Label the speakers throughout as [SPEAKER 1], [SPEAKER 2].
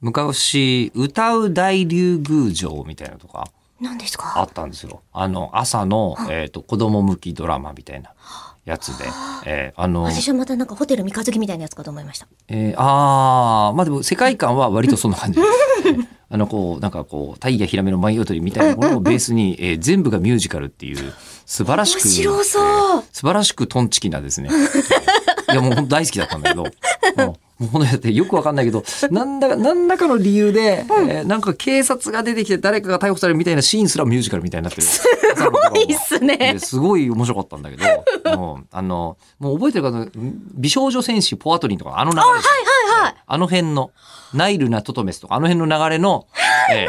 [SPEAKER 1] 昔、歌う大竜宮城みたいなのとか
[SPEAKER 2] 何です
[SPEAKER 1] あ
[SPEAKER 2] か
[SPEAKER 1] ったんですよ。あの、朝の、えっ、と、子供向きドラマみたいなやつで、えーあの、
[SPEAKER 2] 私はまたなんかホテル三日月みたいなやつかと思いました。
[SPEAKER 1] えー、あーまあでも世界観は割とそんな感じです。あのこうなんかこう「太陽ひらめの舞踊り」みたいなものをベースに、えー全部がミュージカルっていう素晴らしく
[SPEAKER 2] 面白そう
[SPEAKER 1] えー素晴らしくトンチキなですね いやもう本当大好きだったんだけど、うんもうほんとやってよくわかんないけどなんだか何らかの理由で、えーなんか警察が出てきて誰かが逮捕されるみたいなシーンすらミュージカルみたいになってるすご
[SPEAKER 2] いいっすね。
[SPEAKER 1] ですごい面白かったんだけど、もうあの、もう覚えてるかな、美少女戦士ポアトリンとか、あの流れです
[SPEAKER 2] はいはい。
[SPEAKER 1] あの辺の、ナイルナトトメスとか、あの辺の流れ の、ええ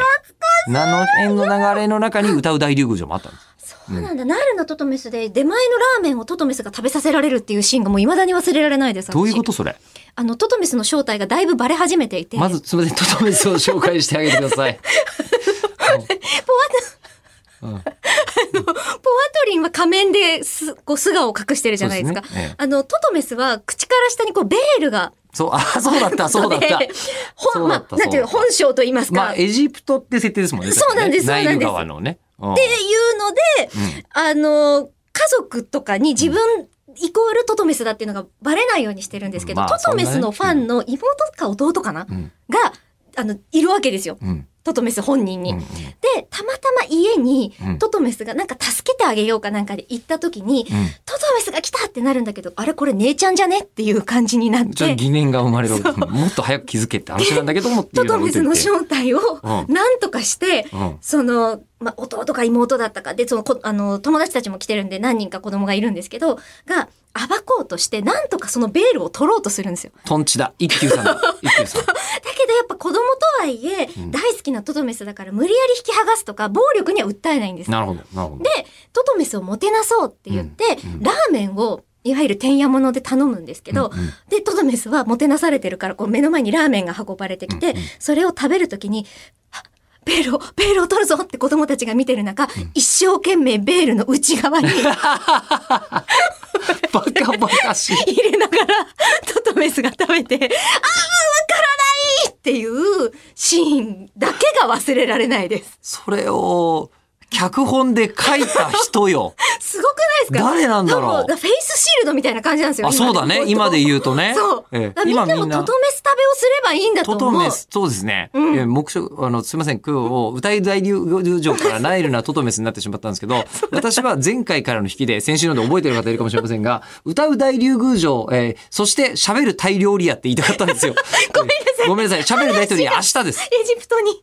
[SPEAKER 1] あの辺の流れの中に歌う大竜宮城もあったんです。
[SPEAKER 2] そうなんだ。ナイルのトトメスで出前のラーメンをトトメスが食べさせられるっていうシーンがもう未だに忘れられないです。私
[SPEAKER 1] どういうことそれ
[SPEAKER 2] あの、トトメスの正体がだいぶバレ始めていて。
[SPEAKER 1] まず、すみません、トトメスを紹介してあげてください。
[SPEAKER 2] ポワトリンは仮面です、こう素顔を隠してるじゃないですか。
[SPEAKER 1] そうですねええ
[SPEAKER 2] あの、トトメスは口から下にこうベールが。
[SPEAKER 1] そう、あ、そうだった、そうだった
[SPEAKER 2] で。
[SPEAKER 1] そ
[SPEAKER 2] 本、
[SPEAKER 1] うだ
[SPEAKER 2] ま
[SPEAKER 1] っ
[SPEAKER 2] あ、
[SPEAKER 1] た
[SPEAKER 2] なんていうの
[SPEAKER 1] そう
[SPEAKER 2] 本性と言いますか。
[SPEAKER 1] まあ、エジプトって設定ですもんね。
[SPEAKER 2] そうなんです
[SPEAKER 1] 確かにね
[SPEAKER 2] そうな
[SPEAKER 1] ナイ
[SPEAKER 2] ん
[SPEAKER 1] ル
[SPEAKER 2] で
[SPEAKER 1] 川のね。
[SPEAKER 2] す
[SPEAKER 1] うん
[SPEAKER 2] っていうので、
[SPEAKER 1] うん
[SPEAKER 2] あの、家族とかに自分イコールトトメスだっていうのがバレないようにしてるんですけど、
[SPEAKER 1] まあ
[SPEAKER 2] トトメスのファンの妹か弟かな、
[SPEAKER 1] うん
[SPEAKER 2] が、あの、いるわけですよ。
[SPEAKER 1] うん。
[SPEAKER 2] トトメス本人に。
[SPEAKER 1] うんうん
[SPEAKER 2] で、たまたま家に
[SPEAKER 1] うん
[SPEAKER 2] トトメスがなんか助けてあげようかなんかで行った時に、
[SPEAKER 1] うん
[SPEAKER 2] トトメスが来たってなるんだけど、あれこれ姉ちゃんじゃねっていう感じにな
[SPEAKER 1] ち
[SPEAKER 2] っ
[SPEAKER 1] ょっと
[SPEAKER 2] て、
[SPEAKER 1] 疑念が生まれる。もっと早く気づけって話なんだけどもってい
[SPEAKER 2] ト
[SPEAKER 1] うの
[SPEAKER 2] ト
[SPEAKER 1] が
[SPEAKER 2] メ
[SPEAKER 1] 出て
[SPEAKER 2] ス
[SPEAKER 1] きて
[SPEAKER 2] の正体を
[SPEAKER 1] うん
[SPEAKER 2] なんとかして、
[SPEAKER 1] うん
[SPEAKER 2] その、まあ、弟か妹だったか、で、そのこ、あの、友達たちも来てるんで、何人か子供がいるんですけど、が、暴こうとして、なんとかそのベールを取ろうとするんですよ。
[SPEAKER 1] トンチだ。一休さんだ。一休さん。
[SPEAKER 2] だけど、やっぱ子供とはいえ、
[SPEAKER 1] うん
[SPEAKER 2] 大好きなトトメスだから、無理やり引き剥がすとか、暴力には訴えないんです。
[SPEAKER 1] なるほど、なるほど。
[SPEAKER 2] トトメスをもてなそうって言って、
[SPEAKER 1] うんうん
[SPEAKER 2] ラーメンを、いわゆる天夜物で頼むんですけど、
[SPEAKER 1] うんうん
[SPEAKER 2] で、トトメスはもてなされてるから、こう目の前にラーメンが運ばれてきて、
[SPEAKER 1] うんうん
[SPEAKER 2] それを食べるときに、あベールを、ベールを取るぞって子供たちが見てる中、一生懸命ベールの内側に入
[SPEAKER 1] バカバカしい。
[SPEAKER 2] れながら、 トトメスが食べて、あー、わからないっていうシーンだけが忘れられないです。
[SPEAKER 1] それを、脚本で書いた人よ。
[SPEAKER 2] すごくないですか
[SPEAKER 1] 誰なんだろう
[SPEAKER 2] 多分フェイスシールドみたいな感じなんですよ。
[SPEAKER 1] あ、そうだね。今で
[SPEAKER 2] う
[SPEAKER 1] 言うとね。
[SPEAKER 2] そう。
[SPEAKER 1] ええ
[SPEAKER 2] だからみんなもトトメス食べをすればいいんだと
[SPEAKER 1] ト
[SPEAKER 2] 思う。
[SPEAKER 1] トメス、そうですね。
[SPEAKER 2] うん
[SPEAKER 1] ええ目標、あの、すいません、今日、歌い大流場からナイルなトトメスになってしまったんですけ ど、私は前回からの引きで、先週ので覚えてる方いるかもしれません が、歌う大流宮城、ええそして 喋る大料理屋って言いたかったんですよ。ごめんなさい。ごめんなさい。喋る大料理屋、明日です。
[SPEAKER 2] エジプトに。